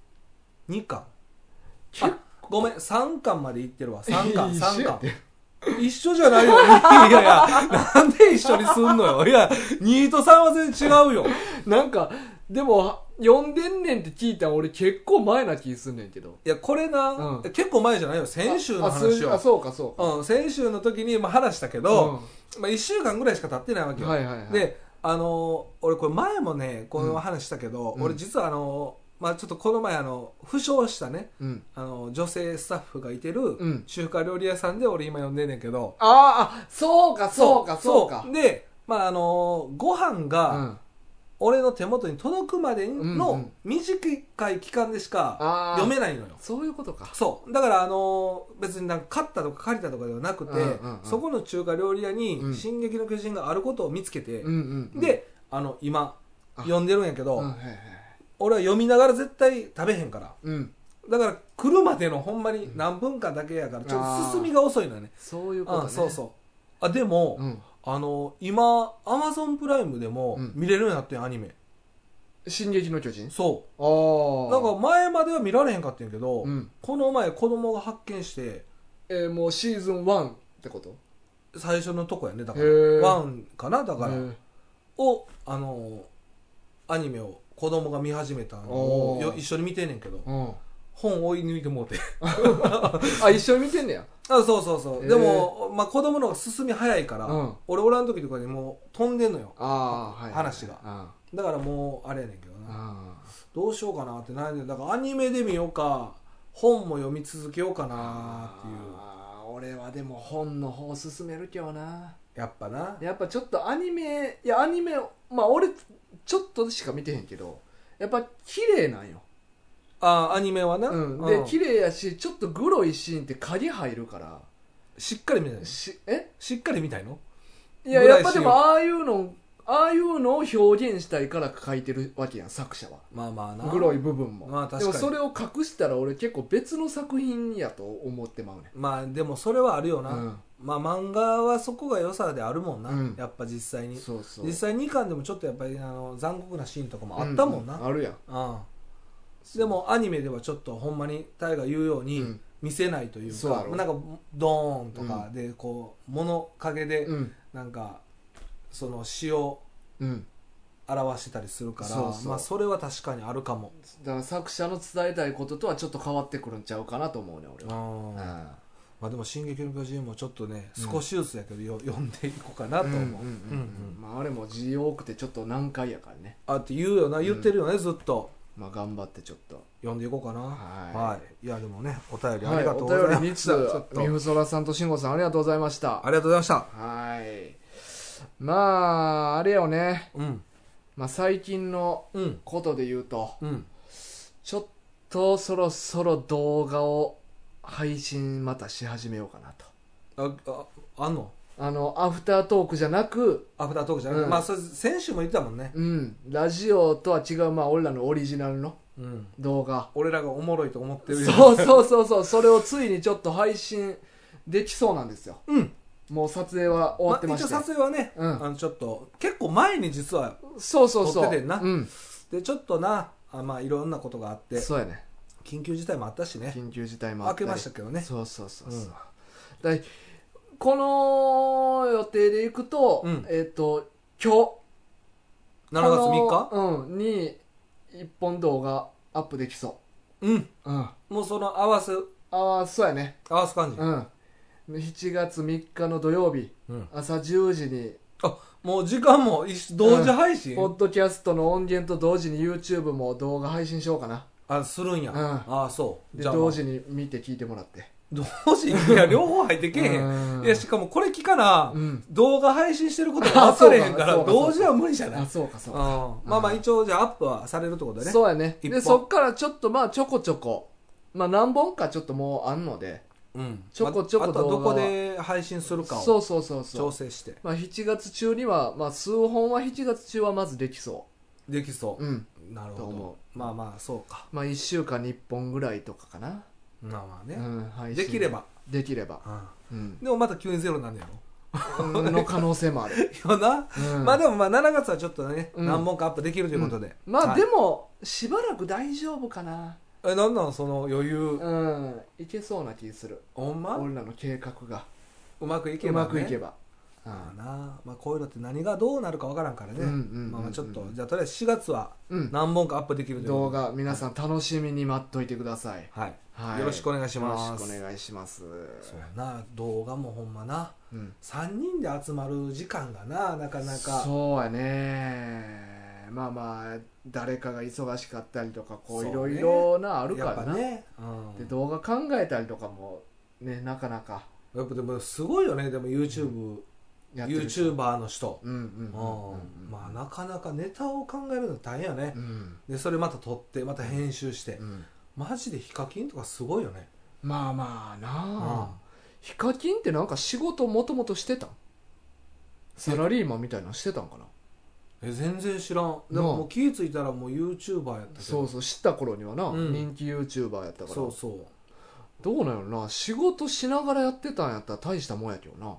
B: ?2 巻
A: 結
B: あごめん、3巻までいってるわ。
A: <laughs>
B: 3巻、
A: 一
B: 3
A: 緒や
B: 巻
A: って。
B: 一緒じゃないよ。 <laughs> いやいや、なんで一緒にすんのよ。いや、2と3は全然違うよ。
A: なんかでも読んでんねんって聞いたん俺結構前な気すんねんけど
B: いや、これな、
A: うん
B: 結構前じゃないよ。先週の話
A: ああ
B: よ。
A: そうかそうか
B: うん、先週の時にまあ話したけど、まあ、1週間ぐらいしか経ってないわけ
A: うん
B: よ、
A: はいはいはい
B: であのー俺これ前もねこの話したけど、
A: うん
B: 俺実はあのー、まあ、ちょっとこの前あの負傷したね
A: うん
B: あの女性スタッフがいてる
A: ん
B: 中華料理屋さんで俺今呼んでんねんけど、
A: ああそうかそうかそうか
B: でまああのーご飯が
A: ん
B: 俺の手元に届くまで
A: うんう
B: の
A: ん
B: 短い期間でしか
A: あ
B: 読
A: あ
B: めないのよ
A: そういうことか
B: そうだからあのー別になんか買ったとか借りたとかではなくて、
A: うんうんうん
B: そこの中華料理屋に
A: うん
B: 「進撃の巨人」があることを見つけて、
A: うんうんうん
B: であの今
A: あ
B: 読んでるんやけ
A: うん
B: ど、
A: はいはい
B: 俺は読みながら絶対食べへんから
A: うん
B: だから来るまでのほんまに何分かだけやからちょっと進みが遅いのよね
A: そういうこ
B: あ
A: とね
B: そうそうあでも、
A: うん
B: あの今アマゾンプライムでも
A: うん
B: 見れるようになってんアニメ、
A: 進撃の巨人
B: そ
A: ああ
B: うなんか前までは見られへんかったんやけど、
A: うん
B: この前子供が発見して
A: えーもうシーズン1ってこと
B: 最初のとこやねだか
A: へー
B: らワンかなだから、
A: うん
B: をあのアニメを子供が見始めたのをよ
A: おー
B: 一緒に見てんねんけど
A: うん
B: 本追い抜いてもうて
A: あ一緒に見てんねや
B: あそうそうそう、
A: えー
B: でも、まあ、子供の方が進み早いから、
A: うん
B: 俺おらん時とかにもう飛んでんのよ
A: ああはい
B: 話が
A: あ
B: だからもうあれやねんけどな
A: あ
B: どうしようかなって悩んでだからアニメで見ようか本も読み続けようかなっていう
A: あー俺はでも本の方進めるけどな
B: やっぱな
A: やっぱちょっとアニメいやアニメまあ俺ちょっとしか見てへんけどやっぱ綺麗なんよ
B: あアニメはな、
A: うん、
B: う
A: で
B: ん
A: 綺麗やしちょっとグロいシーンって影入るから
B: しっかり見ないの
A: しえ
B: しっかり見たいの
A: いや
B: ぐらい
A: やっぱで
B: しよう
A: もああいうのああいうのを表現したいから書いてるわけやん作者は
B: まあまあな
A: グロい部分も、
B: まあ確か
A: でも
B: に
A: それを隠したら俺結構別の作品やと思ってまうね
B: まあでもそれはあるよな、
A: うん
B: まあ漫画はそこが良さであるもんな、
A: うん
B: やっぱ実際に
A: そうそう
B: 実際2巻でもちょっとやっぱりあの残酷なシーンとかもあったもんな、
A: うあるやん
B: うんでもアニメではちょっとほんまにタイが言うよう
A: う
B: に
A: ん
B: 見せないという
A: そうや
B: か、
A: ろ
B: なんかドーンとかでこう物陰で
A: うん
B: なんかその詩を
A: うん
B: 表してたりするから
A: そうそう
B: まあ、それは確かにあるかも、
A: だから作者の伝えたいこととはちょっと変わってくるんちゃうかなと思うね俺は、
B: うんま
A: あ
B: あ、でも「進撃の巨人」もちょっとね
A: うん
B: 少しずつやけどよ、読んでいこうかな
A: あ
B: と思う,、うん
A: まあ、あれも字多くてちょっと難解やからね、
B: あって言うよな言ってるよね、ずっと
A: まあ、頑張ってちょっと
B: 読んでいこうかな
A: はい
B: い、いやでもねお便りあ
A: は
B: り
A: い、
B: がとう
A: お
B: ござ
A: 便
B: い
A: り
B: ま
A: 3
B: した、ちょっ
A: つ
B: と
A: みふそらさんとしんごさんありがとうございました
B: ありがとうございました
A: はいまああれよね、
B: うん
A: まあ、最近の
B: うん
A: ことで言うと
B: うん
A: ちょっとそろそろ動画を配信またし始めようかなと
B: あああんの
A: あのアフタートークじゃなく
B: アフタートークじゃなくて、
A: うん
B: まあそれ先週も言ってたもんね、
A: うんラジオとは違うまあ俺らのオリジナルの
B: うん、
A: 動画
B: 俺らがおもろいと思ってるよ
A: そうそうそうそうそれをついにちょっと配信できそうなんですよ
B: うん
A: もう撮影は終わってまし
B: あ一応
A: た
B: 撮影はね、
A: うん
B: あのちょっと結構前に実は
A: そうそうそう
B: 撮っててんな
A: うん
B: でちょっとなあまあいろんなことがあって
A: そうやね
B: 緊急事態もあったしね
A: 緊急事態もあ
B: 明
A: った
B: け
A: り
B: ましたけどね
A: そうそうそうそう
B: うん、
A: だいこの予定でいくと、
B: うん
A: えっ、と今日
B: 7月3
A: こ
B: 日
A: のうんに一本動画アップできそ
B: う
A: う
B: ん
A: うんあ
B: もうその合わせ
A: あそうやね
B: 合わす感じ、
A: うん7月3日の土曜日
B: うん
A: 朝10時に
B: あもう時間も一緒同時配信、
A: ポッドキャストの音源と同時に YouTube も動画配信しようかな
B: あするんや、
A: うん
B: ああそう
A: で
B: じゃあ
A: 同時に見て聞いてもらって
B: 同時にいや両方入ってけえへ
A: うん
B: んいやしかもこれ聞かな、
A: うん
B: 動画配信してることが分かれへんか
A: あ
B: ら
A: <laughs> そうかそうか
B: 同時は無理じゃない
A: あそうかそうか
B: うんまあまあ一応じゃあアップはされるってことでね
A: そうやね
B: 一
A: で
B: 本
A: そっからちょっとまあちょこちょこまあ何本かちょっともうあんので
B: うん
A: ちょこちょこ
B: あとはど
A: 動画は
B: こで配信するか
A: そ
B: を
A: うそうそうそ
B: 調
A: う、
B: 整して
A: まあ、7月中には、まあ、数本は7月中はまずできそ
B: できそう
A: ううん
B: うなる
A: と
B: ほ
A: 思
B: どまあまあそうか
A: まあ1週間に1本ぐらいとかかな、
B: まあまあ
A: う
B: ね
A: ん、配信
B: できれば
A: できれば、う
B: うん <laughs>
A: ん、
B: でもまた急にゼロに <laughs> なんねやろ
A: の可能性もある、
B: よな
A: うん
B: <laughs> まあでもまあ7月はちょっとね
A: うん
B: 何本かアップできるということで
A: まあで
B: も
A: もしばらく大丈夫かな
B: えなんなんその余裕
A: うんいけそうな気する
B: ほんま
A: 俺らの計画が
B: うまくいけ
A: う
B: ば
A: まく
B: ね
A: いけば、うん
B: まあなまあこういうのって何がどうなるかわからんからね
A: うんうんうんうん
B: まあまあちょっとじゃあとりあえず4月は
A: うん
B: 何本かアップできるという
A: 動
B: ことで
A: 画皆さん楽しみに待っといてください、
B: はい
A: はい、
B: よろしくお願いします
A: よろしくお願いします
B: そうやな動画もほんまな
A: うん
B: 3人で集まる時間がななかなか
A: そうやねまあまあ誰かが忙しかったりとかこうい
B: そう
A: ろい
B: ね
A: ろなあるか
B: やっ
A: ら
B: ぱ
A: な、
B: ね、
A: で
B: で
A: 動画考えたりとかもねなかなか
B: やっぱでもすごいよねでも YouTube、
A: やってる
B: YouTuber の人、
A: うんうん
B: う
A: うんんうんうん
B: まあなかなかネタを考えるの大変やね
A: う、ん
B: でそれまた撮ってまた編集して、
A: うん
B: マジでヒカキンとかすごいよね、
A: まあまあなあ、
B: うん
A: ヒカキンってなんか仕事もともとしてたんサラリーマンみたいなのしてたんかな
B: え全然知らんで
A: なあ
B: ももう気ぃ付いたらもう YouTuber やったけど
A: そうそう知った頃にはな、
B: うん
A: 人気 YouTuber やったから
B: そうそう
A: どうなんやろな仕事しながらやってたんやったら大したもんやけどない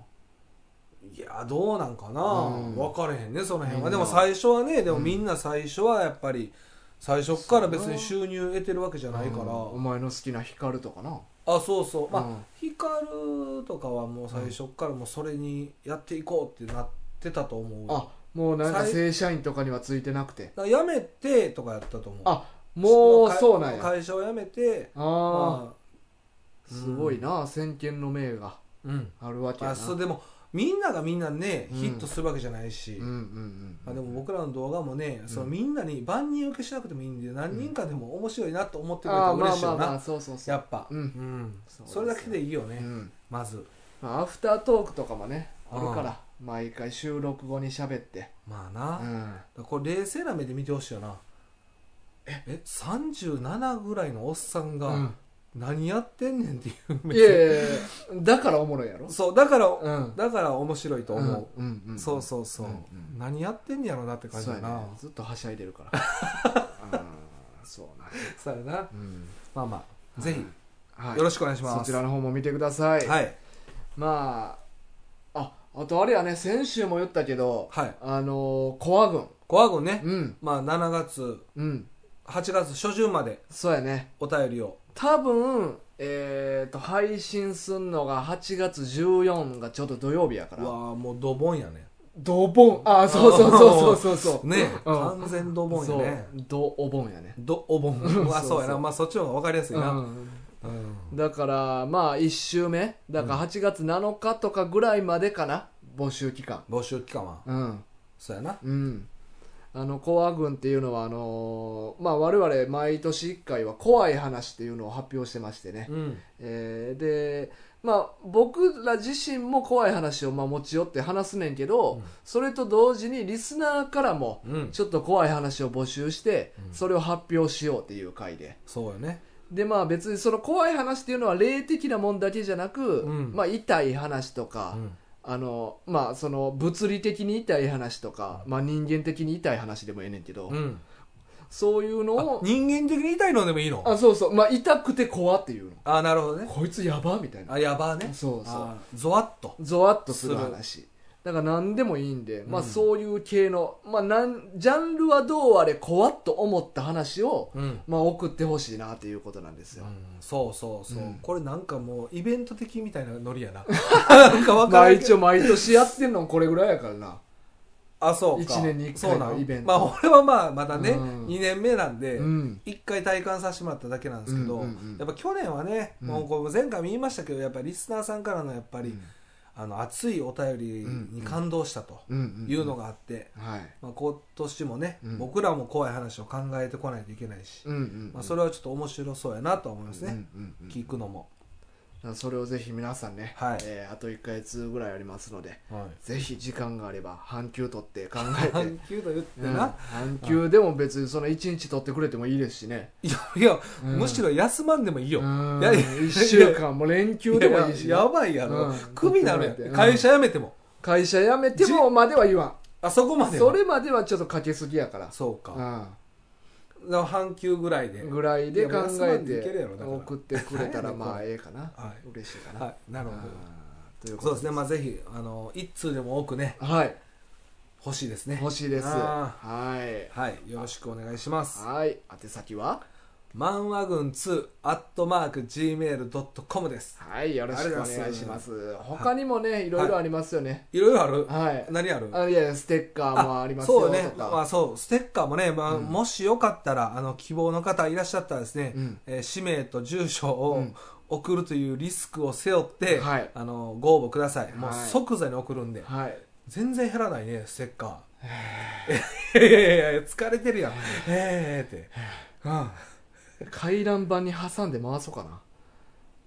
B: やどうなんかな、
A: うん
B: 分かれへんねその辺
A: みんな
B: はでも最初はねでも
A: うん
B: みんな最初はやっぱり最初っから別に収入得てるわけじゃないから、
A: うんお前の好きな光とかな
B: あそうそうまあ、
A: うん
B: 光とかはもう最初っからもうそれにやっていこうってなってたと思う
A: あもうなんか
B: 最
A: 正社員とかにはついてなくて
B: だから辞めてとかやったと思う
A: あもう
B: か
A: そうなんや
B: 会社を辞めて
A: ああ
B: まあ
A: すごいな先見の明が
B: あうん
A: あるわけや
B: ま
A: な
B: あそうでもみんながみんなね
A: うん
B: ヒットするわけじゃないし、
A: うんうんうん
B: まあ、でも僕らの動画もね、
A: ん
B: そのみんなに万人受けしなくてもいいんで何人かでも面白いなと思ってくれた
A: あ
B: ら
A: あま
B: 嬉
A: あ
B: しいよ
A: ま
B: な、
A: あまあそうそうそう
B: やっぱ、
A: うん
B: そ
A: そうです
B: れだけでいいよね、
A: うん
B: まず
A: まあアフタートークとかもねあるか
B: あ
A: ら毎回収録後に喋って
B: まあ
A: う
B: な、
A: ん
B: これ冷静な目で見てほしいよなえ37ぐらいのおっさん
A: う
B: が
A: ん
B: 何やってんねんっていう目
A: いやいやいやだからおもろいやろ
B: そうだから、
A: うん
B: だから面白いと思
A: うんうん
B: う、
A: うん
B: そうそうそう、
A: うんうん
B: 何やってんねやろなって感じ
A: そう
B: だ
A: や
B: な
A: ねずっとはしゃいでるから
B: <laughs>
A: あーそうなんや
B: そうやな
A: うん
B: まあまあぜひ
A: はい
B: よろしくお願いしま
A: そ
B: す、
A: ちらの方も見てください、
B: はい
A: まあああとあれやね先週も言ったけど
B: はい
A: あのーコア軍
B: コア軍ね、
A: うん
B: まあ7月
A: うん
B: 8月初旬まで
A: そうやね
B: お便りを
A: 多分えっ、と配信すんのが8月14がちょうど土曜日やか
B: う
A: ら
B: わあもうドボンやね
A: ドボンあそうそうそうそうそうそう
B: <laughs> ね、
A: うん
B: 完全ドボンやね
A: そうドお盆やね
B: ドお盆
A: ん
B: うわそう
A: <laughs> そう
B: や
A: そ
B: な
A: う
B: まあそっちの方が分かりやすいな、
A: うん
B: うん
A: だからまあ1週目だから8月7日とかぐらいまでかな募集期間
B: 募集期間は
A: うん
B: そうやな
A: うんあのコア軍っていうのはあのーまあ、我々毎年1回は怖い話っていうのを発表してましてね、
B: うん
A: えーでまあ僕ら自身も怖い話をまあ持ち寄って話すねんけど、
B: うん
A: それと同時にリスナーからも
B: うん
A: ちょっと怖い話を募集して、
B: うん
A: それを発表しようっていう回で、
B: そうよね
A: でまあ別にその怖い話っていうのは霊的なもんだけじゃなく、
B: うん
A: まあ痛い話と
B: う
A: か、
B: ん
A: あのまあその物理的に痛い話とか、まあ人間的に痛い話でもええねんけど、
B: うん
A: そういうの
B: あ
A: を
B: 人間的に痛いのでもいいの
A: あそうそうまあ痛くて怖っていうの
B: あなるほどね
A: こいつやばみたいな
B: あやばね
A: そうそう
B: あゾワッと
A: ゾワッとする話だから何でもいいんで、まあ
B: うん
A: そういう系の、まあなんジャンルはどうあれ怖っと思った話を、
B: うん
A: まあ送ってほしいなっていうことなんですよ、
B: うんそうそうそう、
A: うん
B: これなんかもうイベント的みたいなノリ
A: <laughs>
B: やななんかわ
A: ま
B: か
A: あ
B: る
A: 一応毎年やってんのこれぐらいやからな
B: あそうか
A: 一年に一回の
B: そうなん
A: イベント
B: まあ俺はまあまだね、
A: うん
B: 2年目なんで、
A: うん
B: 一回体感させてもらっただけなんですけど、
A: うんうんうん
B: やっぱ去年はね、
A: うん
B: もうこう前回も言いましたけどやっぱリスナーさんからのやっぱり、
A: うん
B: あの熱いお便りに感動したと
A: うんうん
B: いうのがあって、
A: はい
B: まあ、今年もね、
A: うん
B: 僕らも怖い話を考えてこないといけないし、
A: うんうん
B: まあ、それはちょっと面白そうやなとは思いますね、
A: うんうんうん
B: 聞くのも、
A: だからそれをぜひ皆さんね、
B: はい
A: えーあと1ヶ月ぐらいありますので
B: はい、
A: ぜひ時間があれば半休取って考
B: <laughs>
A: えて
B: 阪急と言って
A: うん
B: な、
A: 半休でも別にその1日取ってくれてもいいですしね
B: いやいや、
A: うん
B: むしろ休まんでもいいよ。いやいや
A: 1週間もう連休でもいいし
B: やや <laughs> ばいやろ、
A: うん
B: クビなのや
A: うん
B: 会社辞めても、
A: 会社辞めてもまでは言わ
B: あそこま
A: ん
B: では
A: それまではちょっとかけすぎやから
B: そうか、
A: う
B: だから半休ぐらいで、
A: んぐらいで考
B: いや
A: え
B: もう休まんでいけるや
A: て
B: ろだから
A: 送ってくれたらまあ
B: は
A: ええかな
B: はい
A: 嬉しいかな
B: はいなるほ
A: あーという
B: ど
A: こ
B: そう
A: と
B: ですねまあぜひあの一通でも多くね
A: はい
B: 欲しいですね
A: 欲しいです
B: あ
A: はい
B: はいよろしくお願いします
A: はい宛先は
B: 漫画軍2アットマーク Gmail.com です
A: はいよろしくお願いします他にもねいろいろありますよね
B: いろいろある
A: はい
B: 何ある
A: あいやいやステッカーもあります
B: そ
A: よ
B: うね
A: と、
B: まあ、
A: か
B: そうステッカーもね、まあ
A: うん
B: もしよかったらあの希望の方いらっしゃったらですね、
A: うん
B: えー氏名と住所
A: う
B: を
A: ん
B: 送るというリスクを背負って、
A: はい
B: あのご応募くださいもう
A: はい
B: 即座に送るんで、
A: はい
B: 全然減らないねステッカ
A: <laughs>
B: ーいやいやいや疲れてるやんええってあ
A: 回覧板に挟んで回そうかな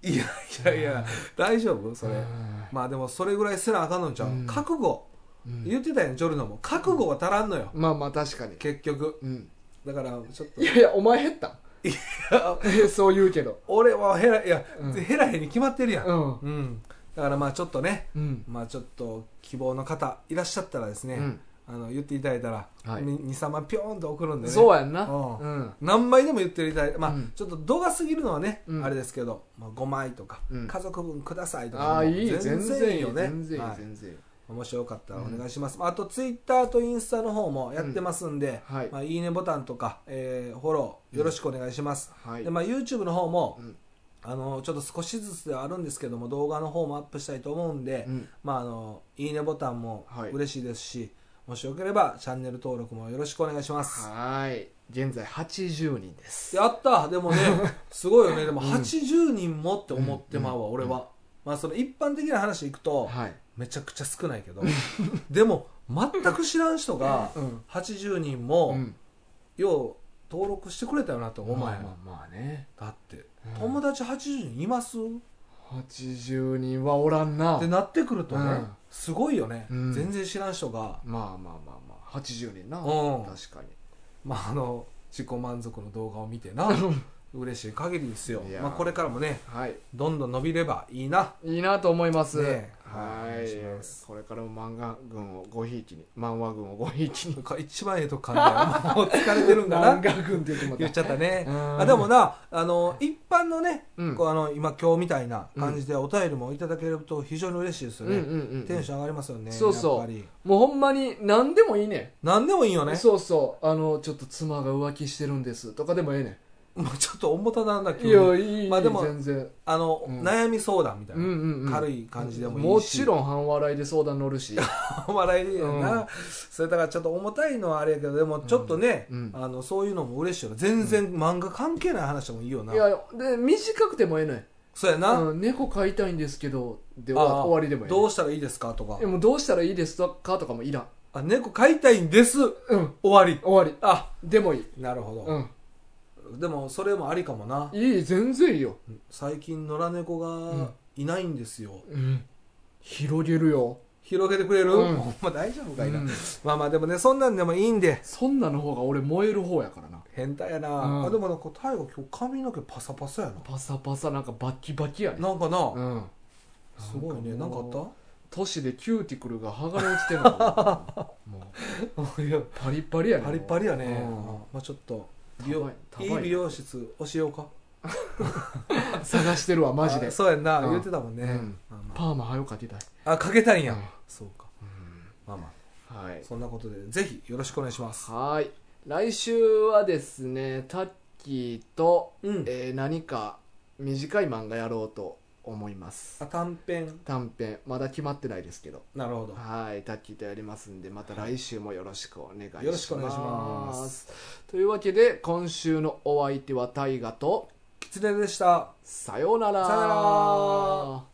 A: い
B: やいやいや大丈夫それ
A: うん
B: まあでもそれぐらいせなあかんのんちゃう、
A: うん
B: 覚悟
A: うん
B: 言ってたやんジョルノも覚悟が足らんのよ、
A: まあまあ確かに
B: 結局
A: うん
B: だからちょっと
A: いやいやお前減った <laughs> そう言うけど
B: 俺はヘラいや、
A: うん
B: ヘラヘに決まってるやん、
A: う
B: うん
A: ん
B: だからまあちょっとね
A: うん
B: まあちょっと希望の方いらっしゃったらですね、
A: うん
B: あの言っていただいたら、
A: はい
B: に23万ピョーンと送るんでね
A: そうやんな
B: うん
A: うん
B: 何枚でも言っていただいて、まあ
A: うん
B: ちょっと度が過ぎるのはね、
A: うん
B: あれですけど、まあ、5枚とか、
A: うん
B: 家族分くださいとか
A: ああいい
B: もう
A: 全然いいよ
B: よね
A: 全然いい
B: はい
A: 全然いい
B: もしよかったらお願いします、まああとツイッターとインスタの方もやってますんで、
A: うんはい
B: まあ、いいねボタンとか、えーフォローよろしくお願いします、
A: はい
B: でまあ、YouTube の方も、
A: うん
B: あのちょっと少しずつではあるんですけども動画の方もアップしたいと思うんで、
A: うん
B: まあ、あのいいねボタンも
A: はい
B: 嬉しいですし、もしよければチャンネル登録もよろしくお願いします、
A: はい現在80人です
B: やったでも
A: <laughs>
B: ねすごいよねでも80人もって思ってまうわ、俺は、まあ、その一般的な話いくと、
A: はい
B: めちゃくちゃ少ないけど <laughs> でも全く知らん人が
A: うん
B: 80人も、
A: うん
B: よう登録してくれたよなって思う
A: ま
B: 前
A: あまあまあね
B: だって、
A: うん
B: 友達80人います
A: 80人はおらんな
B: ってなってくるとね、
A: うん
B: すごいよね、
A: うん
B: 全然知らん人が、
A: まあまあまあまあ80人な
B: うん
A: 確かに
B: まあ、あの自己満足の動画を見てな嬉しい限りですよ
A: いやー
B: まあ、これからもね
A: はい
B: どんどん伸びればいいない
A: いなと思います、
B: ね
A: は
B: お願いし
A: い
B: ます
A: これからも漫画軍をごひいきに漫画軍をごひいきに
B: これ一番ええとこ感じやもう <laughs> 疲れてるんだ
A: 漫
B: な
A: 画軍って言っても
B: 言っちゃったね
A: うん
B: あでもなあの一般のね、
A: うん
B: こうあの今今日みたいな感じでお便りもいただけると非常に嬉しいですよ
A: うん
B: ね、
A: うんうん
B: テンション上がりますよね
A: そうそう
B: やっぱり
A: もうほんまに何でもいいね
B: 何でもいいよ
A: ん
B: ね
A: そうそうあのちょっと妻が浮気してるんですとかでもええね
B: もうちょっと重たなんだ
A: ん
B: け
A: いや
B: ど
A: いい、
B: まあでも
A: 全然
B: あの、
A: うん
B: 悩み相談みたいな、軽
A: 軽
B: い感じでもいいし
A: もちろん半笑いで相談乗るし <laughs>
B: お笑いでやな、
A: うん
B: それだからちょっと重たいのはあれやけどでもちょっとね、
A: うん
B: あのそういうのも嬉しいよな全然漫画関係ない話でもいいよない
A: やで短くてもええのよ
B: そうやな、
A: うん猫飼いたいんですけどで終
B: あ
A: わ
B: あ
A: 終わりでもええ
B: どうしたらいいですかとか
A: えもうどうしたらいいですかとかもいらん
B: あ猫飼いたいんです
A: うん
B: 終わり
A: 終わり
B: あ
A: でもいい
B: なるほ
A: う
B: ど、
A: ん
B: でもそれもありかもない
A: い全然いいよ、
B: 最近野良猫
A: うん
B: がいないんですよ、
A: うん、広げるよ、
B: 広げてくれる、
A: うん
B: ほんま大丈夫かいな、
A: うん
B: まあまあでもねそんなんでもいいんで
A: そんなの方が俺燃える方やからな
B: 変態やな、
A: うん
B: あでもなんか大悟今日髪の毛パサパサや
A: パサパサなんかバキバキや
B: な
A: ね
B: なんかな、
A: うん
B: すごいね
A: な
B: なんん
A: か
B: か
A: も
B: あ
A: う
B: っ
A: 都市でキューティクルが剥がれ落ち
B: <laughs>
A: てるのかなもう
B: た <laughs> いや
A: パリッパリやね
B: パリッパリやね、
A: うん
B: まあちょっと
A: た
B: 美容
A: またま
B: い
A: や
B: い美容室教えようか
A: 探してるわマジで
B: あそうやんな、
A: うん
B: 言ってたもんね、
A: うん
B: まあま
A: パーマはよかけたい、
B: ああかけたんや、
A: うん
B: そうかまあまあ
A: はい
B: そんなことでぜひよろしくお願いします
A: はい来週はですねタッキーと、
B: うん
A: えー何か短い漫画やろうと思います
B: あ短編
A: 短編まだ決まってないですけど
B: なるほど
A: はいタッキーとやりますんでまた来週もよろしくお願いします
B: よろしくお願いします
A: というわけで今週のお相手は大ガと
B: キツネでした
A: さようなら
B: さようなら